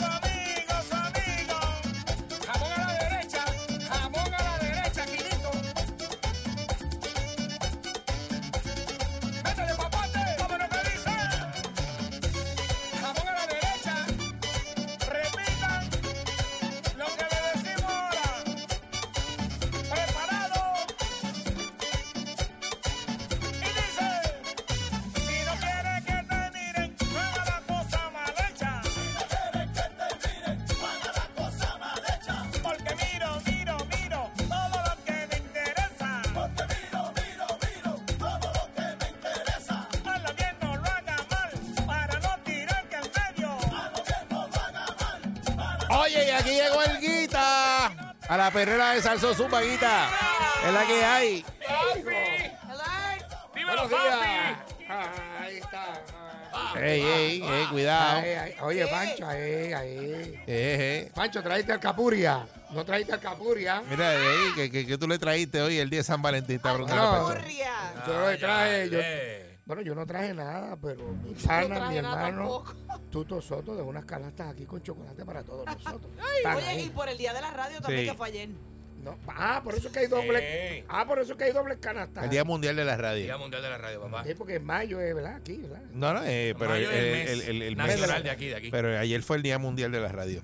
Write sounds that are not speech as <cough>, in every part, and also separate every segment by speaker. Speaker 1: amigos, amigos. Jamón a la derecha, jamón a la derecha, Quirito. Métele papote, como lo que dice. Jamón a la derecha. Repitan lo que le decimos ahora. Preparado. Y dice. Si no quieres que te miren, no haga la cosa mal hecha. Si no quieres que te miren, no haga la cosa mal hecha. Porque miro, miro, miro todo lo que me interesa. Porque miro, miro, miro todo lo que me interesa. Hazlo bien, no lo haga mal, para no tirarte al medio. Hazlo bien, no lo haga mal, para
Speaker 2: Oye, y aquí llegó el Guita a la perrera de Salso Zumba Guita. Es la que hay.
Speaker 1: Dímelo,
Speaker 3: Buenos días.
Speaker 1: papi.
Speaker 3: Ah, Ahí está. Ah.
Speaker 2: Ey, ey, ey, cuidado.
Speaker 3: Ahí, ahí. Oye, Pancho, ahí, ahí.
Speaker 2: Eh, eh.
Speaker 3: Pancho, traíste alcapuria. No traíste alcapuria.
Speaker 2: Mira, ey, que, que- que tú le trajiste hoy el día de San Valentín. Está preguntando
Speaker 3: no.
Speaker 2: a Pancho.
Speaker 4: Corria.
Speaker 3: Yo no le traje. yo- bueno, yo no traje nada, pero mi pana, mi
Speaker 4: traje nada
Speaker 3: hermano, Tuto Soto de unas canastas aquí con chocolate para todos nosotros. Están
Speaker 4: Oye,
Speaker 3: ahí.
Speaker 4: y por el día de la radio también,
Speaker 2: Sí.
Speaker 4: que fue ayer.
Speaker 3: No, ah, por eso es que hay doble.
Speaker 5: Sí.
Speaker 3: Ah, por eso es que hay doble canastas.
Speaker 2: El Día Mundial de la
Speaker 5: Día
Speaker 2: Radio.
Speaker 5: Mundial de la Radio, papá.
Speaker 3: Sí, porque en mayo es, ¿verdad? Aquí, ¿verdad?
Speaker 2: No, no, eh, pero el,
Speaker 5: Mayo
Speaker 2: el,
Speaker 5: es
Speaker 2: el- el- el mes-
Speaker 5: nacional de aquí, de aquí.
Speaker 2: Pero ayer fue el Día Mundial de la Radio.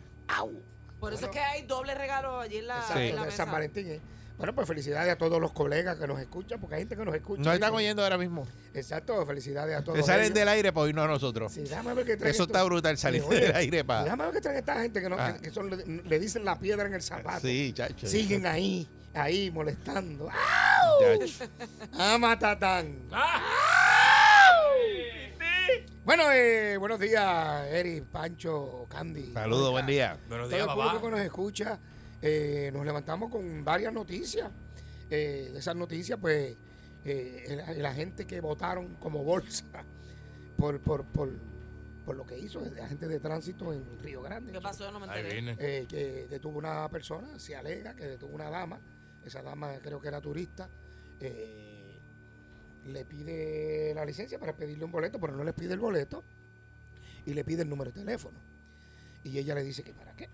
Speaker 4: Por eso es que hay doble regalo allí en la,
Speaker 3: Exacto,
Speaker 4: en
Speaker 3: de
Speaker 4: la mesa.
Speaker 3: San Valentín. ¿eh? Bueno, pues felicidades a todos los colegas que nos escuchan, porque hay gente que nos escucha.
Speaker 2: Nos
Speaker 3: ¿eh?
Speaker 2: están oyendo ahora mismo.
Speaker 3: Exacto, felicidades a todos.
Speaker 2: Se salen
Speaker 3: ellos.
Speaker 2: del aire para oírnos a nosotros.
Speaker 3: Sí, déjame ver qué traen
Speaker 2: Eso está
Speaker 3: estos-
Speaker 2: brutal, salir
Speaker 3: Oye,
Speaker 2: del aire pa-
Speaker 3: Déjame ver qué traen esta gente que, no,
Speaker 2: Ah.
Speaker 3: que- que son, le, le dicen la piedra en el zapato.
Speaker 2: Sí, chacho.
Speaker 3: Siguen ahí, ahí molestando. ¡Ah!
Speaker 2: Chacho.
Speaker 3: ¡Ah, matatán! Bueno, eh, buenos días, Eric, Pancho, Candy.
Speaker 2: Saludos, buen día.
Speaker 5: Buenos
Speaker 3: Todo
Speaker 5: días,
Speaker 3: el público
Speaker 5: papá.
Speaker 3: que nos escucha, eh, nos levantamos con varias noticias. Eh, de esas noticias, pues, eh, la, la gente que votaron como bolsa por, por, por, por lo que hizo la gente de tránsito en Río Grande.
Speaker 4: ¿Qué pasó? No me
Speaker 5: Ahí
Speaker 4: enteré.
Speaker 5: viene.
Speaker 3: Eh, que detuvo una persona, se alega que detuvo una dama, esa dama creo que era turista, eh, le pide la licencia para pedirle un boleto, pero no le pide el boleto y le pide el número de teléfono. Y ella le dice que para qué.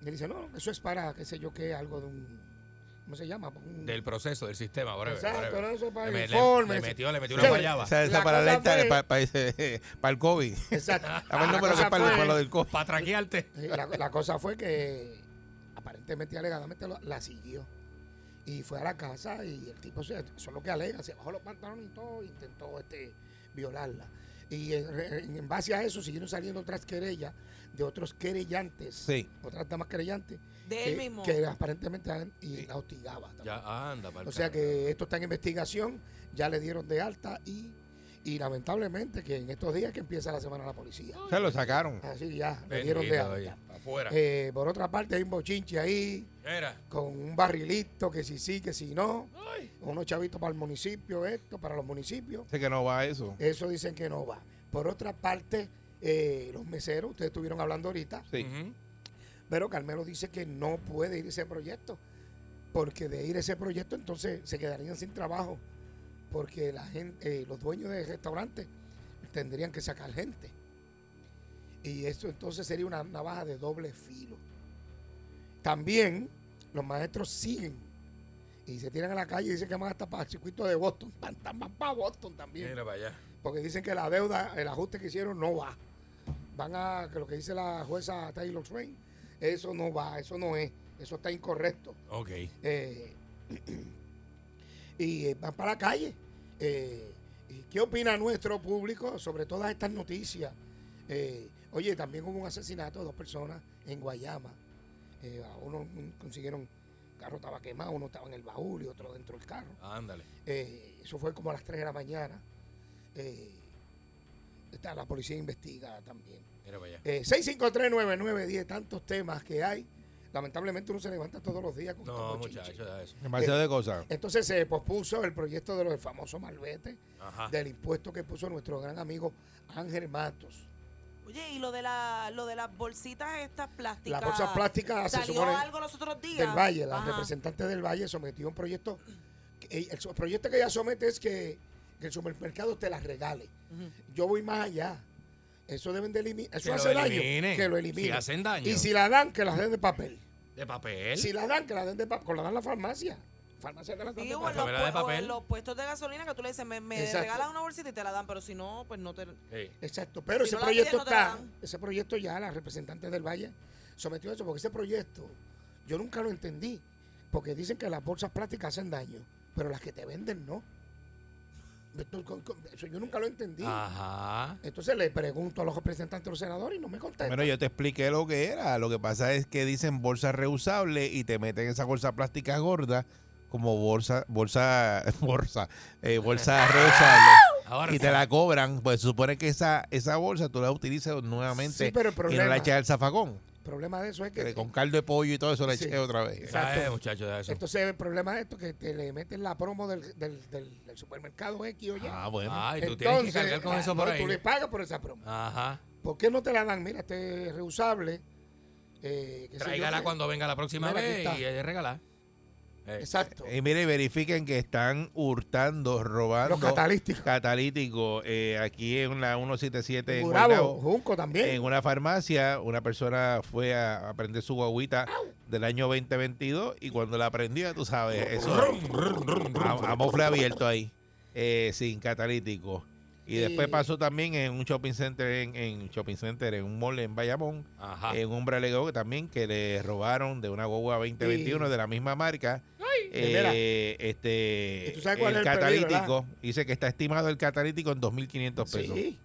Speaker 3: Y él dice, no, eso es para, qué sé yo qué, algo de un, ¿cómo se llama? Pues Un-
Speaker 5: Del proceso, del sistema, breve.
Speaker 3: Exacto,
Speaker 5: breve.
Speaker 3: no, eso es para
Speaker 5: le,
Speaker 3: el
Speaker 5: me- le-
Speaker 3: informe,
Speaker 5: le
Speaker 3: eso.
Speaker 5: metió, le metió
Speaker 3: Sí.
Speaker 5: una guayaba.
Speaker 2: O sea, esa
Speaker 3: La
Speaker 2: para la
Speaker 3: cosa
Speaker 2: lista-
Speaker 3: fue-
Speaker 2: pa- pa- ese- <laughs> para el COVID.
Speaker 3: <laughs> Exacto.
Speaker 2: Dame el
Speaker 3: La
Speaker 2: número Ah, que
Speaker 3: cosa
Speaker 2: es para el-
Speaker 3: fue-
Speaker 2: para lo del COVID.
Speaker 5: Para traquearte.
Speaker 3: Sí, La, la cosa fue que aparentemente y alegadamente lo- la siguió. Y fue a la casa y el tipo, se, eso es lo que alega, se bajó los pantalones y todo, e intentó este, violarla. Y eh, re- en, en base a eso siguieron saliendo otras querellas de otros querellantes,
Speaker 2: Sí.
Speaker 3: otras damas querellantes,
Speaker 4: De
Speaker 3: que,
Speaker 4: él mismo.
Speaker 3: que aparentemente han- y la hostigaba. también.
Speaker 5: Ya, anda, para
Speaker 3: O sea que esto está en investigación, ya le dieron de alta y, y lamentablemente que en estos días que empieza la semana la policía.
Speaker 2: O sea, lo sacaron.
Speaker 3: Así ya, le dieron de alta.
Speaker 5: Afuera.
Speaker 3: Eh, por otra parte, hay un bochinche ahí,
Speaker 5: Era.
Speaker 3: con un barrilito, que si sí, que si no, unos chavitos para el municipio, esto, para los municipios.
Speaker 2: Sé que no va a eso.
Speaker 3: Eso dicen que no va. Por otra parte, eh, los meseros, ustedes estuvieron hablando ahorita,
Speaker 2: Sí.
Speaker 5: Ujú.
Speaker 3: pero Carmelo dice que no puede ir ese proyecto, porque de ir ese proyecto entonces se quedarían sin trabajo, porque la gente, eh, los dueños de restaurantes tendrían que sacar gente. Y esto entonces sería una navaja de doble filo. También los maestros siguen y se tiran a la calle y dicen que van hasta para el circuito de Boston, <laughs> van tan- van para Boston también
Speaker 5: Mira para allá.
Speaker 3: porque dicen que la deuda, el ajuste que hicieron no va. Van a, que lo que dice la jueza Taylor Swain, eso no va, eso no es, eso está incorrecto.
Speaker 5: Ok.
Speaker 3: Eh, <clears throat> y eh, van para la calle. Eh, ¿y ¿Qué opina nuestro público sobre todas estas noticias? Eh, oye, también hubo un asesinato de dos personas en Guayama. Eh, a uno mm, consiguieron, el carro estaba quemado, uno estaba en el baúl y otro dentro del carro.
Speaker 5: Ándale.
Speaker 3: Eh, eso fue como a las 3 de la mañana. Eh, está, la policía investiga también.
Speaker 5: Mira para allá.
Speaker 3: Eh, 6539910, tantos temas que hay. Lamentablemente uno se levanta todos los días con
Speaker 5: No,
Speaker 3: estos bochinches.
Speaker 5: muchachos, da eso.
Speaker 2: Demasiado de cosas.
Speaker 3: Entonces se pospuso el proyecto de los famosos malvete
Speaker 5: Ajá.
Speaker 3: del impuesto que puso nuestro gran amigo Ángel Matos.
Speaker 4: Oye, y lo de, la, lo de las bolsitas estas plásticas.
Speaker 3: Las bolsas plásticas se
Speaker 4: Salió
Speaker 3: supone
Speaker 4: algo los otros días.
Speaker 3: del Valle, la
Speaker 4: Ajá.
Speaker 3: representante del Valle sometió un proyecto que- eh, el, so- proyecto que ella somete es que, que el supermercado te las regale. Yo voy más allá. Eso deben de eliminar. Eso
Speaker 5: Que lo
Speaker 3: hace daño.
Speaker 5: eliminen.
Speaker 3: Que lo eliminen.
Speaker 5: Si hacen daño.
Speaker 3: Y si la dan, que las den de papel.
Speaker 5: De papel.
Speaker 3: Si la dan, que la den de papel. Que la dan la farmacia. Farmacia que la dan
Speaker 4: Sí,
Speaker 3: de
Speaker 4: o
Speaker 3: papel.
Speaker 4: en, los,
Speaker 5: papelera de
Speaker 4: pu- o en
Speaker 5: papel.
Speaker 4: los puestos de gasolina que tú le dices, me, me
Speaker 3: Exacto.
Speaker 4: regalas una bolsita y te la dan, pero si no, pues no te...
Speaker 5: Sí.
Speaker 3: Exacto, pero
Speaker 4: Si
Speaker 3: ese
Speaker 4: no la
Speaker 3: proyecto
Speaker 4: piden, no te la
Speaker 3: está,
Speaker 4: dan.
Speaker 3: ese proyecto ya la representante del Valle sometió eso, porque ese proyecto yo nunca lo entendí, porque dicen que las bolsas plásticas hacen daño, pero las que te venden no. Esto- co- co- Eso yo nunca lo entendí.
Speaker 5: Ajá.
Speaker 3: Entonces le pregunto a los representantes de los senadores y no me contestan.
Speaker 6: Bueno, yo te expliqué lo que era. Lo que pasa es que dicen bolsa reusable y te meten esa bolsa plástica gorda como bolsa, bolsa, <laughs> bolsa, eh, bolsa
Speaker 3: <laughs>
Speaker 6: reusable.
Speaker 5: Ahora
Speaker 6: Y te la cobran, pues se supone que esa, esa bolsa tú la utilizas nuevamente
Speaker 3: Sí, pero el
Speaker 6: y no
Speaker 3: problema,
Speaker 6: la echas al zafacón.
Speaker 3: el problema de eso es
Speaker 6: Que
Speaker 3: que...
Speaker 6: con caldo de pollo y todo eso la
Speaker 3: Sí.
Speaker 6: eché otra vez.
Speaker 3: Exacto.
Speaker 5: Ay, muchacho, de eso.
Speaker 3: Entonces el problema de esto es que te le meten la promo del, del- del- del supermercado X o Y.
Speaker 6: Ah, bueno.
Speaker 5: Ay, tú tienes que cargar con
Speaker 3: ah,
Speaker 5: eso
Speaker 3: no,
Speaker 5: por
Speaker 3: tú le
Speaker 5: ahí.
Speaker 3: pagas por esa promo.
Speaker 5: Ajá.
Speaker 3: ¿Por qué no te la dan? Mira, este es reusable. eh, qué sé yo,
Speaker 5: Tráigala
Speaker 3: que-
Speaker 5: cuando venga la próxima
Speaker 3: Mira, aquí
Speaker 5: vez
Speaker 3: está.
Speaker 5: y eh, regalar. Eh,
Speaker 3: Exacto.
Speaker 6: Y mire, verifiquen que están hurtando, robando.
Speaker 3: Los catalísticos.
Speaker 6: Catalíticos, eh, aquí en la 177 en
Speaker 3: Bravo,
Speaker 6: Guaynabo.
Speaker 3: Junco
Speaker 6: En
Speaker 3: también.
Speaker 6: una farmacia, una persona fue a, a prender su guaguita del año 2022 y cuando la prendía, tú sabes, eso a, a mofle abierto ahí, eh, sin catalítico. Y
Speaker 3: Y-
Speaker 6: después pasó también en un shopping center, en, en shopping center, en un mall en Bayamón,
Speaker 5: Ajá.
Speaker 6: en un bralegón que también que le robaron de una guagua 2021
Speaker 3: Y-
Speaker 6: de la misma marca. eh, este
Speaker 3: ¿Y tú sabes cuál
Speaker 6: el
Speaker 3: es el peligro,
Speaker 6: catalítico dice que está estimado el catalítico en 2.500 pesos.
Speaker 3: Sí.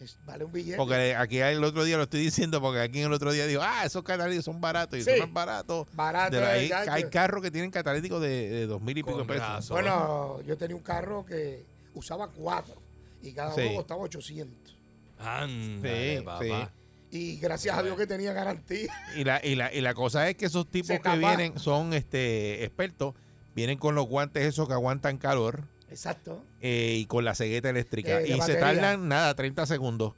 Speaker 3: Es- vale un billete.
Speaker 6: Porque aquí el otro día lo estoy diciendo, porque aquí el otro día dijo, ah, esos catalíticos son baratos y
Speaker 3: Sí. Ah,
Speaker 6: son más baratos.
Speaker 3: Barato. eh,
Speaker 6: De la- hay,
Speaker 3: gacho.
Speaker 6: hay carros que tienen catalíticos de, de dos mil y
Speaker 5: Con
Speaker 6: pico pesos.
Speaker 5: razón.
Speaker 3: bueno, yo tenía un carro que usaba cuatro y cada
Speaker 6: Sí.
Speaker 3: uno costaba 800.
Speaker 5: Ándale,
Speaker 6: Sí,
Speaker 5: papá.
Speaker 6: sí.
Speaker 3: Y gracias a Dios que tenía garantía. <laughs>
Speaker 6: Y la, y, la, y la cosa es que esos tipos
Speaker 3: Se
Speaker 6: que
Speaker 3: tapa.
Speaker 6: vienen son este expertos, vienen con los guantes esos que aguantan calor
Speaker 3: Exacto.
Speaker 6: eh, y con la cegueta eléctrica.
Speaker 3: Eh, de
Speaker 6: y se
Speaker 3: batería.
Speaker 6: tardan nada, 30 segundos.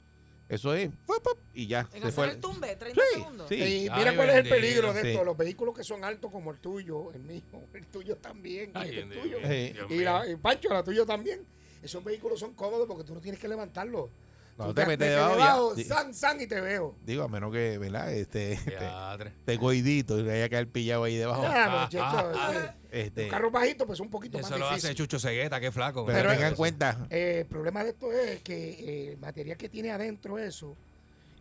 Speaker 6: Eso es, fup, fup, y ya.
Speaker 4: En
Speaker 6: se
Speaker 4: hacer
Speaker 6: fue.
Speaker 4: el tumbe, 30
Speaker 6: Sí,
Speaker 4: segundos.
Speaker 6: sí.
Speaker 3: y
Speaker 5: Ay,
Speaker 3: mira cuál es el
Speaker 5: bendito,
Speaker 3: peligro de
Speaker 6: sí.
Speaker 3: esto. Los vehículos que son altos como el tuyo, el mío, <laughs> el tuyo también.
Speaker 5: Ay,
Speaker 3: el
Speaker 5: Dios
Speaker 3: tuyo.
Speaker 5: mío,
Speaker 6: Sí.
Speaker 5: Dios
Speaker 3: Y,
Speaker 5: mío.
Speaker 3: la, y Pancho, la tuya también. Esos vehículos son cómodos porque tú no tienes que levantarlos.
Speaker 6: No,
Speaker 3: Tú
Speaker 6: te metes debajo, ya.
Speaker 3: san, san y te veo.
Speaker 6: Digo, a menos que, ¿verdad? Este, este,
Speaker 5: Teatre.
Speaker 6: este coidito y le haya caer pillado ahí debajo.
Speaker 3: Ah,
Speaker 5: ah,
Speaker 3: muchacho,
Speaker 5: ah,
Speaker 3: eh,
Speaker 6: Este,
Speaker 3: un carro bajito, pues es un poquito
Speaker 5: Eso
Speaker 3: más
Speaker 5: lo hace
Speaker 3: difícil.
Speaker 5: Chucho Cegueta, qué flaco.
Speaker 6: pero,
Speaker 3: Pero-
Speaker 6: tengan en cuenta,
Speaker 3: Eh, el problema de esto es que eh, el material que tiene adentro eso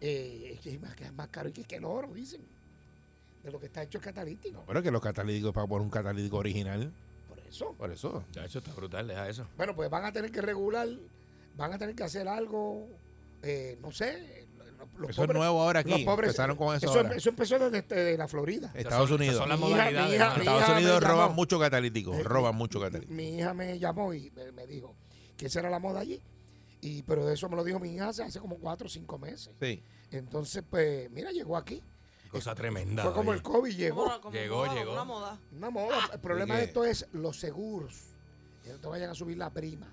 Speaker 3: eh, es que es más, que es más caro que que el oro, dicen. De lo que está hecho es catalítico.
Speaker 6: No, pero que los catalíticos para poner un catalítico original,
Speaker 3: Por eso.
Speaker 6: por eso.
Speaker 5: Chacho, está brutal, deja eso.
Speaker 3: Bueno, pues van a tener que regular, van a tener que hacer algo, eh, no sé. los- los
Speaker 6: eso es
Speaker 3: pobres-
Speaker 6: nuevo ahora aquí.
Speaker 3: los pobres-
Speaker 6: Empezaron con eso.
Speaker 3: Eso,
Speaker 6: ahora.
Speaker 3: eso empezó desde, desde la Florida.
Speaker 6: Estados
Speaker 5: Esas son- esas
Speaker 6: Unidos.
Speaker 5: Son las
Speaker 3: Mi hija, mi
Speaker 5: modalidades.
Speaker 3: hija,
Speaker 5: mano.
Speaker 3: mi hija.
Speaker 6: Estados Unidos
Speaker 3: me
Speaker 6: roban
Speaker 3: llamó.
Speaker 6: mucho catalítico.
Speaker 3: Eh,
Speaker 6: roban mucho catalítico.
Speaker 3: Mi hija me llamó y me, me dijo que esa era la moda allí. Y, pero de eso me lo dijo mi hija hace, hace como cuatro o cinco meses.
Speaker 6: Sí.
Speaker 3: Entonces, pues, mira, llegó aquí.
Speaker 5: Cosa tremenda.
Speaker 3: Fue como
Speaker 5: oye.
Speaker 3: el COVID,
Speaker 4: Como
Speaker 3: llegó.
Speaker 4: una- como
Speaker 5: Llegó,
Speaker 4: moda, como
Speaker 5: llegó.
Speaker 4: Una moda.
Speaker 3: Una moda.
Speaker 6: Ah,
Speaker 3: El problema
Speaker 5: Oye.
Speaker 3: de esto es los seguros. Que no te vayan a subir la prima.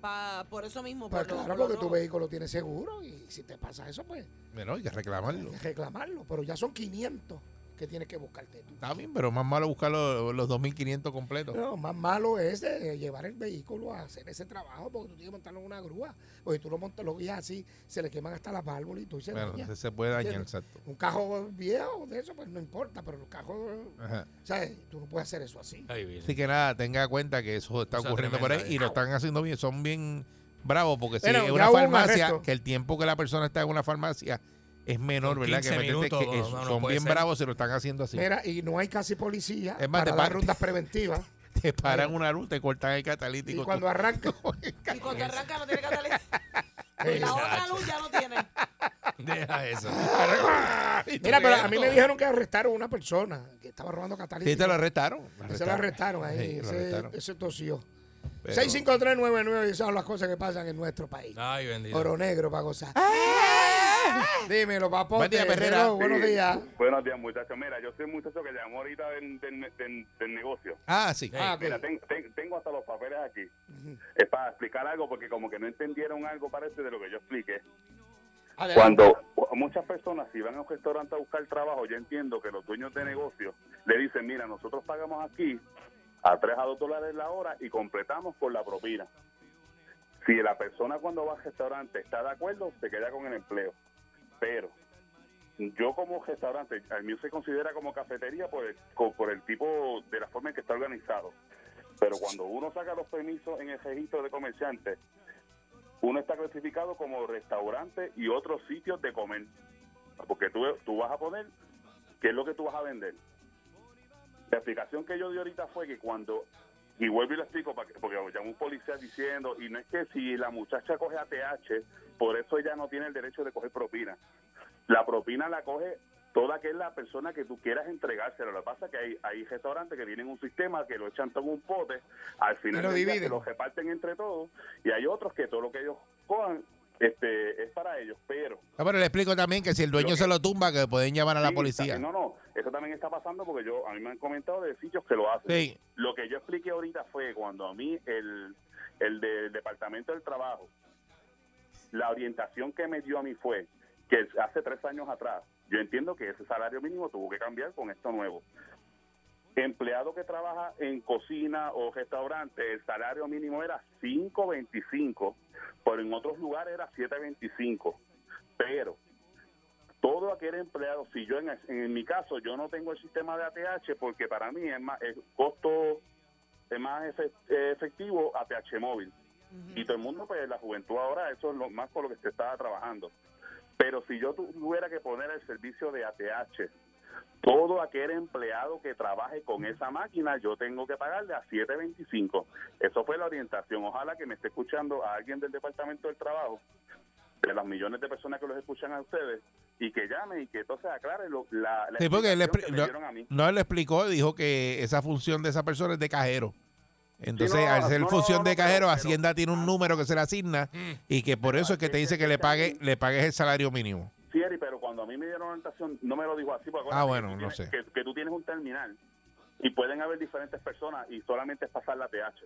Speaker 4: Pa- por eso mismo.
Speaker 3: Pues
Speaker 4: por lo-
Speaker 3: claro,
Speaker 4: por lo
Speaker 3: porque tu
Speaker 4: rojo.
Speaker 3: vehículo tiene seguro y si te pasa eso, pues
Speaker 6: Bueno, hay que reclamarlo.
Speaker 3: hay que reclamarlo. Pero ya son 500 que tienes que buscarte tú.
Speaker 6: Está bien, pero más malo buscar los, los 2.500 completos.
Speaker 3: No, más malo es eh, llevar el vehículo a hacer ese trabajo porque tú tienes que montarlo en una grúa. Porque tú lo montas, lo guías así, se le queman hasta las válvulas y tú dices,
Speaker 6: Bueno,
Speaker 3: "Niña".
Speaker 6: ese se puede dañar,
Speaker 3: ¿Entiendes?
Speaker 6: exacto.
Speaker 3: un cajo viejo de eso, pues no importa, pero los cajos,
Speaker 6: Ajá.
Speaker 3: ¿sabes? Tú no puedes hacer eso así.
Speaker 5: Ay, bien.
Speaker 6: Así que nada, tenga cuenta que eso está
Speaker 5: Cosa
Speaker 6: ocurriendo por
Speaker 5: tremenda,
Speaker 6: ahí y
Speaker 5: eh.
Speaker 6: lo están haciendo bien. Son bien bravos porque si
Speaker 3: Bueno,
Speaker 6: es
Speaker 3: ya
Speaker 6: una
Speaker 3: hubo un
Speaker 6: farmacia,
Speaker 3: arresto.
Speaker 6: que el tiempo que la persona está en una farmacia es menor,
Speaker 5: Son
Speaker 6: ¿verdad? Que,
Speaker 5: 15
Speaker 6: meterte-
Speaker 5: minutos,
Speaker 6: que es-
Speaker 5: no, no
Speaker 6: son
Speaker 5: puede
Speaker 6: bien
Speaker 5: ser.
Speaker 6: bravos si lo están haciendo así.
Speaker 3: Mira, y no hay casi policía
Speaker 6: Es más,
Speaker 3: para
Speaker 6: te
Speaker 3: las
Speaker 6: pa- <laughs>
Speaker 3: rondas preventivas.
Speaker 6: Te paran
Speaker 3: Mira.
Speaker 6: una luz, te cortan el
Speaker 3: y
Speaker 6: catalítico.
Speaker 3: cuando
Speaker 6: <laughs>
Speaker 3: arranca, eh,
Speaker 4: Y cuando arranca no
Speaker 3: <laughs>
Speaker 4: tiene catalítico. la otra luz ya no tiene.
Speaker 5: <laughs> Deja eso.
Speaker 6: ¡ah!
Speaker 3: mira, pero a mí me dijeron que arrestaron a una persona que estaba robando catalítico.
Speaker 6: Sí, te lo arrestaron.
Speaker 3: Se lo arrestaron ahí,
Speaker 6: Sí, lo
Speaker 3: ese,
Speaker 6: arrestaron.
Speaker 3: ese tosió.
Speaker 6: Pero-
Speaker 3: 65399, esas son las cosas que pasan en nuestro país.
Speaker 5: Ay, bendito.
Speaker 3: Oro negro para gozar. Dímelo, papote.
Speaker 6: Buen día, Perrera.
Speaker 3: hello, buenos días.
Speaker 7: Buenos días, muchachos. Mira, yo soy un muchacho que llamó ahorita del, del- del- del negocio.
Speaker 6: Ah, sí.
Speaker 5: Ey,
Speaker 3: Ah, ok.
Speaker 7: Mira, ten- ten- tengo hasta los papeles aquí. Es para explicar algo, porque como que no entendieron algo, parece, de lo que yo expliqué.
Speaker 3: Adelante.
Speaker 7: Cuando cu- muchas personas, si van a un restaurante a buscar trabajo, yo entiendo que los dueños de negocios le dicen, mira, nosotros pagamos aquí a 3 a 2 dólares la hora y completamos con la propina. Si la persona cuando va al restaurante está de acuerdo, se queda con el empleo. Pero yo como restaurante, al mío se considera como cafetería por el, co- por el tipo de la forma en que está organizado. Pero cuando uno saca los permisos en el registro de comerciantes, uno está clasificado como restaurante y otros sitios de comer. Porque tú, tú vas a poner qué es lo que tú vas a vender. La explicación que yo di ahorita fue que cuando, y vuelvo y lo explico, para que- porque llamó un policía diciendo, y no es que si la muchacha coge ATH, por eso ella no tiene el derecho de coger propina. La propina la coge toda que es la persona que tú quieras entregársela. Lo que pasa es que hay, hay restaurantes que tienen un sistema que lo echan todo en un pote, al final
Speaker 3: lo
Speaker 7: del día
Speaker 3: dividen.
Speaker 7: se lo reparten entre todos, y hay otros que todo lo que ellos cojan este, es para ellos, pero
Speaker 6: Ah, pero le explico también que si el dueño
Speaker 7: Lo que-
Speaker 6: se lo tumba, que pueden llamar a la
Speaker 7: Sí,
Speaker 6: policía.
Speaker 7: está- No, no, eso también está pasando porque yo a mí me han comentado de sitios que lo hacen.
Speaker 6: Sí.
Speaker 7: Lo que yo expliqué ahorita fue cuando a mí el, el del Departamento del Trabajo, la orientación que me dio a mí fue que hace tres años atrás, yo entiendo que ese salario mínimo tuvo que cambiar con esto nuevo. Empleado que trabaja en cocina o restaurante, el salario mínimo era 5.25, pero en otros lugares era 7.25. Pero todo aquel empleado, si yo en, en mi caso, yo no tengo el sistema de ATH porque para mí es más es costo, es más efe- eh, efectivo ATH móvil. Y todo el mundo, pues la juventud ahora, eso es lo más con lo que se estaba trabajando. Pero si yo tuviera que poner el servicio de ATH, todo aquel empleado que trabaje con esa máquina, yo tengo que pagarle a 7.25. Eso fue la orientación. Ojalá que me esté escuchando a alguien del Departamento del Trabajo de las millones de personas que los escuchan a ustedes y que llamen y que entonces aclaren lo- la, la
Speaker 6: Sí, porque él expli-
Speaker 7: explicación que me
Speaker 6: no,
Speaker 7: dieron a mí.
Speaker 6: no, él lo explicó, dijo que esa función de esa persona es de cajero. Entonces,
Speaker 7: Sí, no,
Speaker 6: al
Speaker 7: no,
Speaker 6: ser
Speaker 7: no,
Speaker 6: función
Speaker 7: no,
Speaker 6: de
Speaker 7: no, pero- ah.
Speaker 6: cajero,
Speaker 7: pero-
Speaker 6: Hacienda tiene un número que se le asigna y que por eso es que te dice que le pague, le pagues el salario mínimo.
Speaker 7: Sí, Eri, pero cuando a mí me dieron orientación, no me lo dijo así. porque
Speaker 6: Ah,
Speaker 7: acuérdate
Speaker 6: bueno,
Speaker 7: que tú
Speaker 6: no
Speaker 7: tienes-
Speaker 6: sé.
Speaker 7: Que, que tú tienes un terminal y pueden haber diferentes personas y solamente es pasar la TH.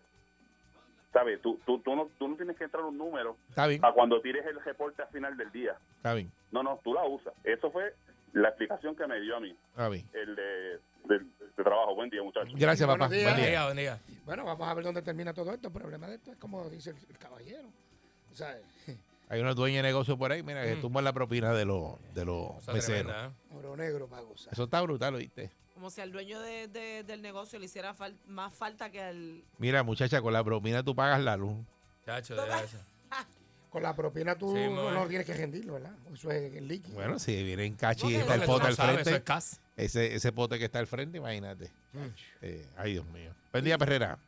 Speaker 7: ¿Sabes? Tú, tú, tú, no, tú no tienes que entrar un número
Speaker 6: Está bien,
Speaker 7: a cuando tires el reporte al final del día.
Speaker 6: está bien,
Speaker 7: No, no, tú la usas. Eso fue la explicación que me dio a mí
Speaker 6: está bien.
Speaker 7: el de, del- de trabajo. Buen día, muchachos.
Speaker 6: Gracias,
Speaker 3: Buenos
Speaker 6: papá.
Speaker 3: días.
Speaker 6: Buen
Speaker 5: Buen
Speaker 6: día.
Speaker 5: día, buen día.
Speaker 3: Bueno, vamos a ver dónde termina todo esto. El problema de esto es como dice el, el caballero. O sea,
Speaker 6: Hay unos dueños de negocio por ahí, mira, que tumban la propina de los, de los
Speaker 5: Cosa
Speaker 6: meseros.
Speaker 5: tremenda, ¿eh?
Speaker 3: oro negro para gozar.
Speaker 6: Eso está brutal, ¿oíste?
Speaker 4: Como si al dueño de- de- del negocio le hiciera fal- más falta que al...
Speaker 6: Mira, muchacha, con la propina tú pagas la luz.
Speaker 5: Chacho, deja eso.
Speaker 3: Con la propina tú
Speaker 5: Sí,
Speaker 3: no,
Speaker 5: muy
Speaker 3: no
Speaker 5: bien.
Speaker 3: tienes que rendirlo, ¿verdad? Eso es el líquido.
Speaker 6: Bueno, si viene en cachi y
Speaker 4: No,
Speaker 6: está el
Speaker 4: no,
Speaker 6: pote
Speaker 4: no
Speaker 6: al
Speaker 5: sabe,
Speaker 6: frente.
Speaker 5: eso es cas.
Speaker 6: Ese, ese pote que está al frente, imagínate. Eh, ay, Dios mío. Buen día, Perrera.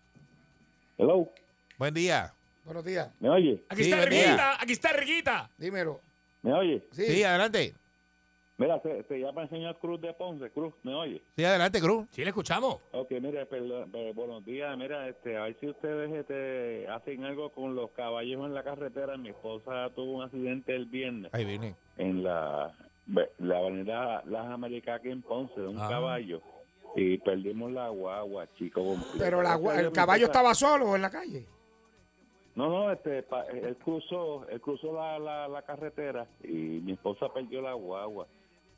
Speaker 8: Hello,
Speaker 6: Buen día.
Speaker 3: Buenos días.
Speaker 8: ¿me oye?
Speaker 6: Aquí está Riguita,
Speaker 5: aquí está Riguita.
Speaker 3: Dímelo.
Speaker 8: ¿Me oye?
Speaker 3: Sí.
Speaker 6: Sí, adelante.
Speaker 8: Mira, se, se llama el señor Cruz de Ponce. Cruz, ¿me oye?
Speaker 6: Sí, adelante, Cruz.
Speaker 5: Sí, le escuchamos.
Speaker 8: Ok, mira, perdón, eh, buenos días. Mira, este, a ver si ustedes este, hacen algo con los caballos en la carretera. Mi esposa tuvo un accidente el viernes
Speaker 6: Ahí viene.
Speaker 8: en la, la avenida Las Américas aquí en Ponce, de un
Speaker 5: Ah.
Speaker 8: caballo. Y perdimos la guagua, chico. completo.
Speaker 3: Pero la gua-
Speaker 8: Entonces,
Speaker 3: el
Speaker 8: mi
Speaker 3: caballo
Speaker 8: esposa-
Speaker 3: estaba solo o en la calle.
Speaker 8: No, no, este, pa- él cruzó, él cruzó la, la, la carretera y mi esposa perdió la guagua.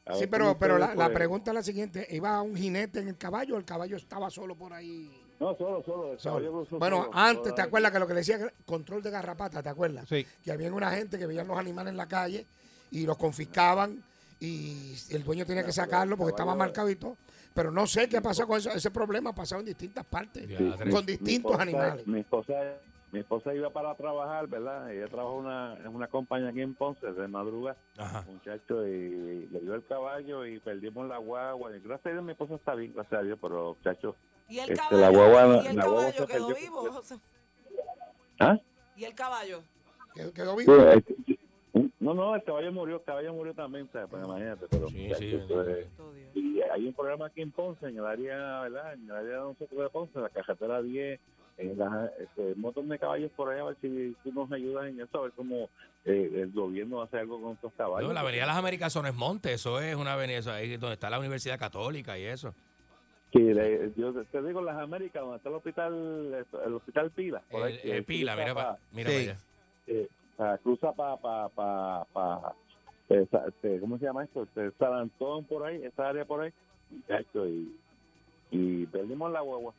Speaker 8: A
Speaker 3: Sí,
Speaker 8: ver
Speaker 3: pero,
Speaker 8: cómo
Speaker 3: pero la,
Speaker 8: ustedes,
Speaker 3: la
Speaker 8: pues,
Speaker 3: pregunta es la siguiente. ¿Iba un jinete en el caballo o el caballo estaba solo por ahí?
Speaker 8: No, solo, solo. el
Speaker 3: Solo.
Speaker 8: caballo cruzó
Speaker 3: Bueno,
Speaker 8: solo,
Speaker 3: antes,
Speaker 8: solo
Speaker 3: ¿te
Speaker 8: ahí.
Speaker 3: acuerdas que lo que le decía control de garrapata, ¿te acuerdas?
Speaker 6: Sí.
Speaker 3: Que había una gente que veían los animales en la calle y los confiscaban y el dueño tenía que sacarlo porque estaba marcado y todo. Pero no sé qué pasó con eso. Ese problema ha pasado en distintas partes,
Speaker 5: Ya,
Speaker 8: Sí.
Speaker 3: con
Speaker 8: Mi
Speaker 3: distintos
Speaker 8: esposa-
Speaker 3: animales.
Speaker 8: Mi esposa, mi esposa iba para trabajar, ¿verdad? Ella trabajó una, en una compañía aquí en Ponce de madrugada,
Speaker 5: Ajá.
Speaker 8: muchacho, y le dio el caballo y perdimos la guagua. Y gracias a Dios mi esposa está bien, gracias a Dios, pero muchacho.
Speaker 4: Y el
Speaker 8: Este,
Speaker 4: caballo,
Speaker 8: la guagua-
Speaker 4: y el
Speaker 8: la guagua
Speaker 4: caballo
Speaker 8: se
Speaker 4: quedó
Speaker 8: perdió
Speaker 4: vivo.
Speaker 8: completa.
Speaker 4: o sea,
Speaker 8: ¿Ah?
Speaker 4: y el caballo.
Speaker 3: Quedó, quedó
Speaker 8: Sí,
Speaker 3: vivo.
Speaker 8: eh, No, no, el caballo murió, el caballo murió también, ¿sabes? Pues imagínate, pero...
Speaker 5: Mm. Sí,
Speaker 8: muchacho,
Speaker 5: sí,
Speaker 8: eso
Speaker 5: sí.
Speaker 8: es-
Speaker 4: Santo Dios.
Speaker 8: Y hay un programa aquí en Ponce, en el área, ¿verdad? En el área de nosotros de Ponce, la carretera 10, en la, este, un montón de caballos por allá, a ver si tú nos ayudas en eso, a ver cómo eh, el gobierno hace algo con estos caballos.
Speaker 5: No, la Avenida de las Américas eso no es monte, eso es una avenida eso ahí donde está la Universidad Católica y eso.
Speaker 8: Sí, le- yo te digo, las Américas, donde está el hospital, el hospital Pila. por ahí,
Speaker 5: El, el
Speaker 8: que
Speaker 5: pila,
Speaker 8: cruza
Speaker 5: mira,
Speaker 8: pa-
Speaker 5: pa- mira
Speaker 6: Sí.
Speaker 5: para allá.
Speaker 8: eh, ah, cruza para, pa, pa, pa, eh, sa- este, ¿cómo se llama esto? Este, San Antón por ahí, esa área por ahí, muchacho, y, y perdimos la guagua.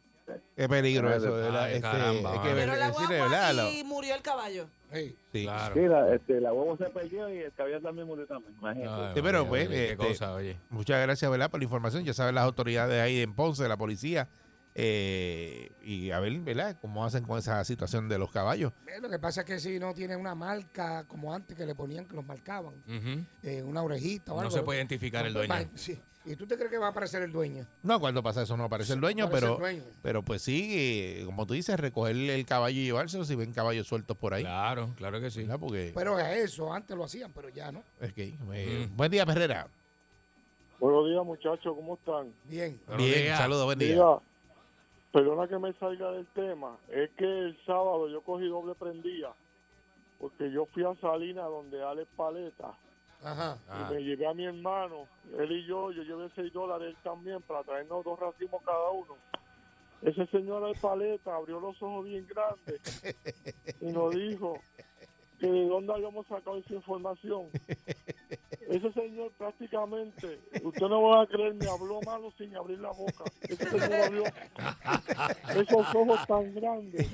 Speaker 6: Qué peligro
Speaker 8: Ay,
Speaker 6: eso. de la-
Speaker 5: ay,
Speaker 6: este,
Speaker 5: caramba,
Speaker 6: es que
Speaker 5: mano.
Speaker 6: ver-
Speaker 4: Pero la
Speaker 6: decirle, ¿verdad?
Speaker 4: guagua
Speaker 6: Lo-
Speaker 4: y murió el caballo.
Speaker 3: Ey,
Speaker 6: sí.
Speaker 5: Claro.
Speaker 8: Sí, la, este, la huevo se perdió y el caballo también murió también. Imagínate.
Speaker 5: Ay,
Speaker 6: Sí, pero,
Speaker 5: María,
Speaker 6: pues,
Speaker 5: oye, qué
Speaker 6: este,
Speaker 5: cosa, oye.
Speaker 6: Muchas gracias, ¿verdad? Por la información. Ya saben las autoridades ahí en Ponce, la policía. eh, y a ver, ¿verdad? ¿Cómo hacen con esa situación de los caballos?
Speaker 3: eh, Lo que pasa es que si no tiene una marca como antes que le ponían, que los marcaban,
Speaker 5: Ujú.
Speaker 3: eh, una orejita o
Speaker 5: No
Speaker 3: algo.
Speaker 8: pues.
Speaker 5: se puede identificar el dueño.
Speaker 3: Va- sí. ¿Y tú te crees que va a aparecer el dueño?
Speaker 6: No, cuando pasa eso no aparece el dueño,
Speaker 3: Aparece
Speaker 6: pero,
Speaker 3: el dueño.
Speaker 6: pero pues sí, eh, como tú dices, recoger el caballo y llevárselo si ven caballos sueltos por ahí.
Speaker 5: Claro, claro que sí.
Speaker 6: ¿verdad? Porque,
Speaker 3: Pero a eso, antes lo hacían, pero ya no.
Speaker 6: es que, eh,
Speaker 5: Mm.
Speaker 6: Buen día, Herrera.
Speaker 8: Buenos días, muchachos, ¿cómo están?
Speaker 3: Bien.
Speaker 5: Buenos
Speaker 6: Bien,
Speaker 5: días.
Speaker 6: saludos, buen día.
Speaker 8: Mira, perdona que me salga del tema, es que el sábado yo cogí doble prendida, porque yo fui a Salina donde Alex Paleta,
Speaker 3: Ajá.
Speaker 5: Ah,
Speaker 8: y me llevé a mi hermano, él y yo, yo llevé 6 dólares, él también, para traernos dos racimos cada uno. Ese señor Alex Paleta abrió los ojos bien grandes y nos dijo que de dónde habíamos sacado esa información. Ese señor prácticamente, usted no va a creer, me habló malo sin abrir la boca. Ese señor abrió esos ojos tan grandes.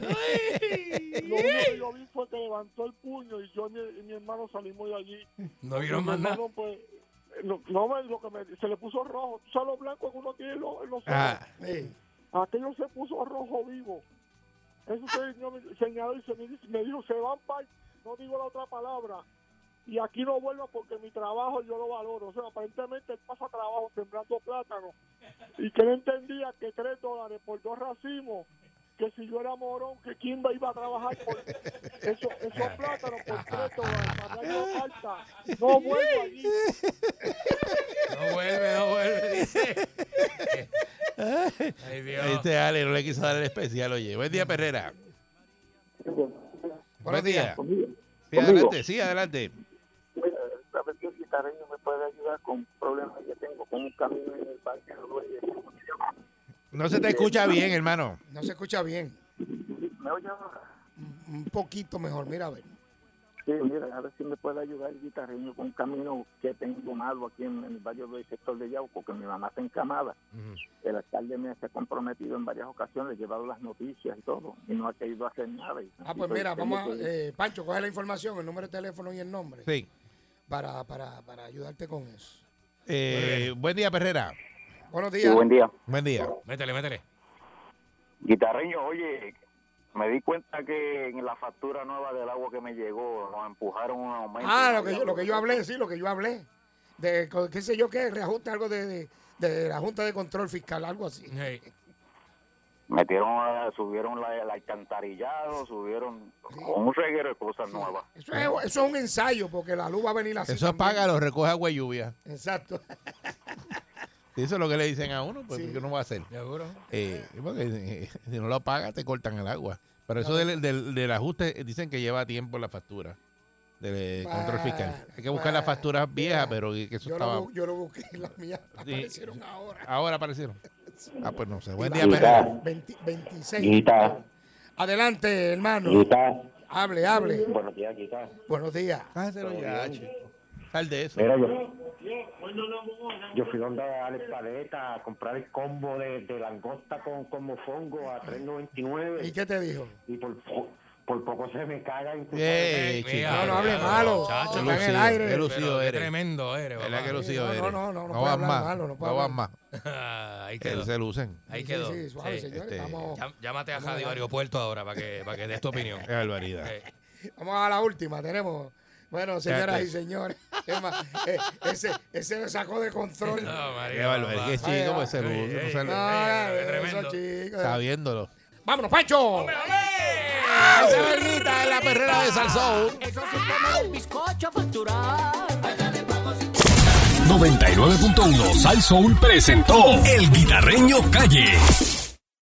Speaker 8: Lo único que yo vi fue que levantó el puño y yo y mi- y mi hermano salimos de allí.
Speaker 5: no vieron
Speaker 8: Mi
Speaker 5: más nada.
Speaker 8: hermano, pues, no, no, me- lo que me- se le puso rojo. Tú sabes lo blanco que uno tiene en los, en los ojos.
Speaker 6: <laughs> Ah,
Speaker 3: Ey,
Speaker 8: Aquello se puso rojo vivo. Eso se no, me señaló y se me, dice- me dijo, se van para... No digo la otra palabra. Y aquí no vuelvo porque mi trabajo yo lo valoro. O sea, aparentemente él pasa trabajo sembrando plátano. Y que él entendía que tres dólares por dos racimos, que si yo era morón, que quién iba a trabajar por eso- esos plátanos por tres dólares. Para darle una falta. No vuelvo allí.
Speaker 5: No vuelve, no vuelve, dice. Ay, Dios.
Speaker 6: este Ale no le quiso dar el especial, oye. Buen día, Herrera.
Speaker 3: Buenos días.
Speaker 6: Sí, adelante, sí, adelante.
Speaker 8: Mira, sabes que el guitarreño me puede ayudar con problemas que tengo con un camino en el parque. no duele.
Speaker 6: No se te escucha bien, hermano.
Speaker 3: No se escucha bien.
Speaker 8: ¿Me oye?
Speaker 3: Un- Un poquito mejor, mira a ver.
Speaker 8: Sí, mira, a ver si me puede ayudar el guitarreño con un camino que tengo malo aquí en, en el barrio del sector de Yauco, que mi mamá está encamada. El alcalde me se ha comprometido en varias ocasiones, he llevado las noticias y todo, y no ha querido hacer nada. Y-
Speaker 3: Ah, pues
Speaker 8: y-
Speaker 3: mira,
Speaker 8: tengo
Speaker 3: vamos a...
Speaker 8: que-
Speaker 3: eh, Pancho, coge la información, el número de teléfono y el nombre
Speaker 6: Sí.
Speaker 3: para, para, para ayudarte con eso.
Speaker 6: Eh, buen día, Herrera.
Speaker 3: Buenos
Speaker 8: Sí,
Speaker 3: días.
Speaker 8: buen día.
Speaker 6: Buen día.
Speaker 5: Métele, métele.
Speaker 8: Guitarreño, oye, me di cuenta que en la factura nueva del agua que me llegó nos empujaron un aumento.
Speaker 3: Ah, lo que, yo, lo que yo hablé, sí, lo que yo hablé. De, co- qué sé yo qué, reajuste algo de, de- de la Junta de Control Fiscal, algo así.
Speaker 5: Hey.
Speaker 8: Metieron, a- subieron la, el alcantarillado, subieron con un reguero de cosas nuevas.
Speaker 3: Eso es, eso es un ensayo, porque la luz va a venir así.
Speaker 6: Eso
Speaker 3: también.
Speaker 6: págalo, recoge agua y lluvia.
Speaker 3: Exacto.
Speaker 6: Eso es lo que le dicen a uno, pues
Speaker 3: Sí.
Speaker 6: ¿qué uno va a hacer?
Speaker 5: Seguro.
Speaker 6: Eh, porque, eh, <laughs> si no lo pagas, te cortan el agua. Pero eso del, del- del ajuste, eh, dicen que lleva tiempo la factura del eh, control
Speaker 3: Bueno,
Speaker 6: fiscal. Hay que buscar
Speaker 3: Ah, bueno.
Speaker 6: las facturas viejas, pero que que eso
Speaker 3: Yo
Speaker 6: estaba...
Speaker 3: lo, bu- yo lo busqué, <laughs> las mías aparecieron ahora.
Speaker 6: Ahora
Speaker 3: <laughs>
Speaker 6: aparecieron. Ah, pues no sé. Buen día,
Speaker 3: Ahí va.
Speaker 6: Perrera.
Speaker 3: 20 26.
Speaker 8: Guita.
Speaker 3: Adelante, hermano. Hable, hable.
Speaker 8: Buenos días, Guita.
Speaker 3: Buenos días.
Speaker 6: Cállate los ya, chico. Sal de eso.
Speaker 8: Mira, yo, yo fui donde Alex Paleta a comprar el combo de, de langosta con, con mofongo a
Speaker 3: ¿Y
Speaker 8: 3.99
Speaker 3: qué te dijo?
Speaker 8: y por, po- por poco se me caga. incluso-
Speaker 6: Eh, chico.
Speaker 5: Mira,
Speaker 3: No, no
Speaker 5: ya,
Speaker 3: hable
Speaker 5: ya,
Speaker 3: malo.
Speaker 5: muchacho.
Speaker 3: Está en
Speaker 6: Lucido,
Speaker 3: el aire.
Speaker 6: qué
Speaker 5: Pero
Speaker 6: lucido
Speaker 5: qué
Speaker 6: eres.
Speaker 5: tremendo eres,
Speaker 6: ¿Verdad
Speaker 5: papá.
Speaker 6: que lucido
Speaker 3: no,
Speaker 6: eres?
Speaker 3: no, no, no, no puede
Speaker 6: vas
Speaker 3: hablar
Speaker 6: más.
Speaker 3: malo, no puede
Speaker 6: vas
Speaker 3: hablar.
Speaker 6: más.
Speaker 5: Ah, <laughs> Ahí
Speaker 6: Él
Speaker 5: quedó.
Speaker 6: se lucen.
Speaker 5: Ahí
Speaker 3: Sí,
Speaker 5: quedó.
Speaker 3: sí, suave,
Speaker 5: Sí.
Speaker 3: señores.
Speaker 6: este,
Speaker 3: Vamos,
Speaker 5: Llam- Llámate a Radio Aeropuerto ahora para que, para que des tu
Speaker 6: <laughs>
Speaker 5: opinión.
Speaker 6: Qué barbaridad.
Speaker 5: Eh,
Speaker 3: vamos a la última. Tenemos. Bueno, señoras
Speaker 6: Espérate.
Speaker 3: y señores. es más, eh, ese, ese lo sacó de control.
Speaker 5: <laughs> No, María,
Speaker 6: Qué barbaridad.
Speaker 5: papá.
Speaker 6: Qué chico, pues se
Speaker 5: Ey,
Speaker 6: luce.
Speaker 5: ey,
Speaker 6: no sale-
Speaker 5: ey.
Speaker 3: Ah,
Speaker 5: qué
Speaker 3: eso,
Speaker 5: eh, tremendo.
Speaker 3: chicos.
Speaker 6: Sabiéndolo.
Speaker 3: Vámonos, Pancho.
Speaker 6: Ah, Esa verguita es la perrera de Salsón.
Speaker 9: 99.1 Sal Soul presentó El Guitarreño Calle.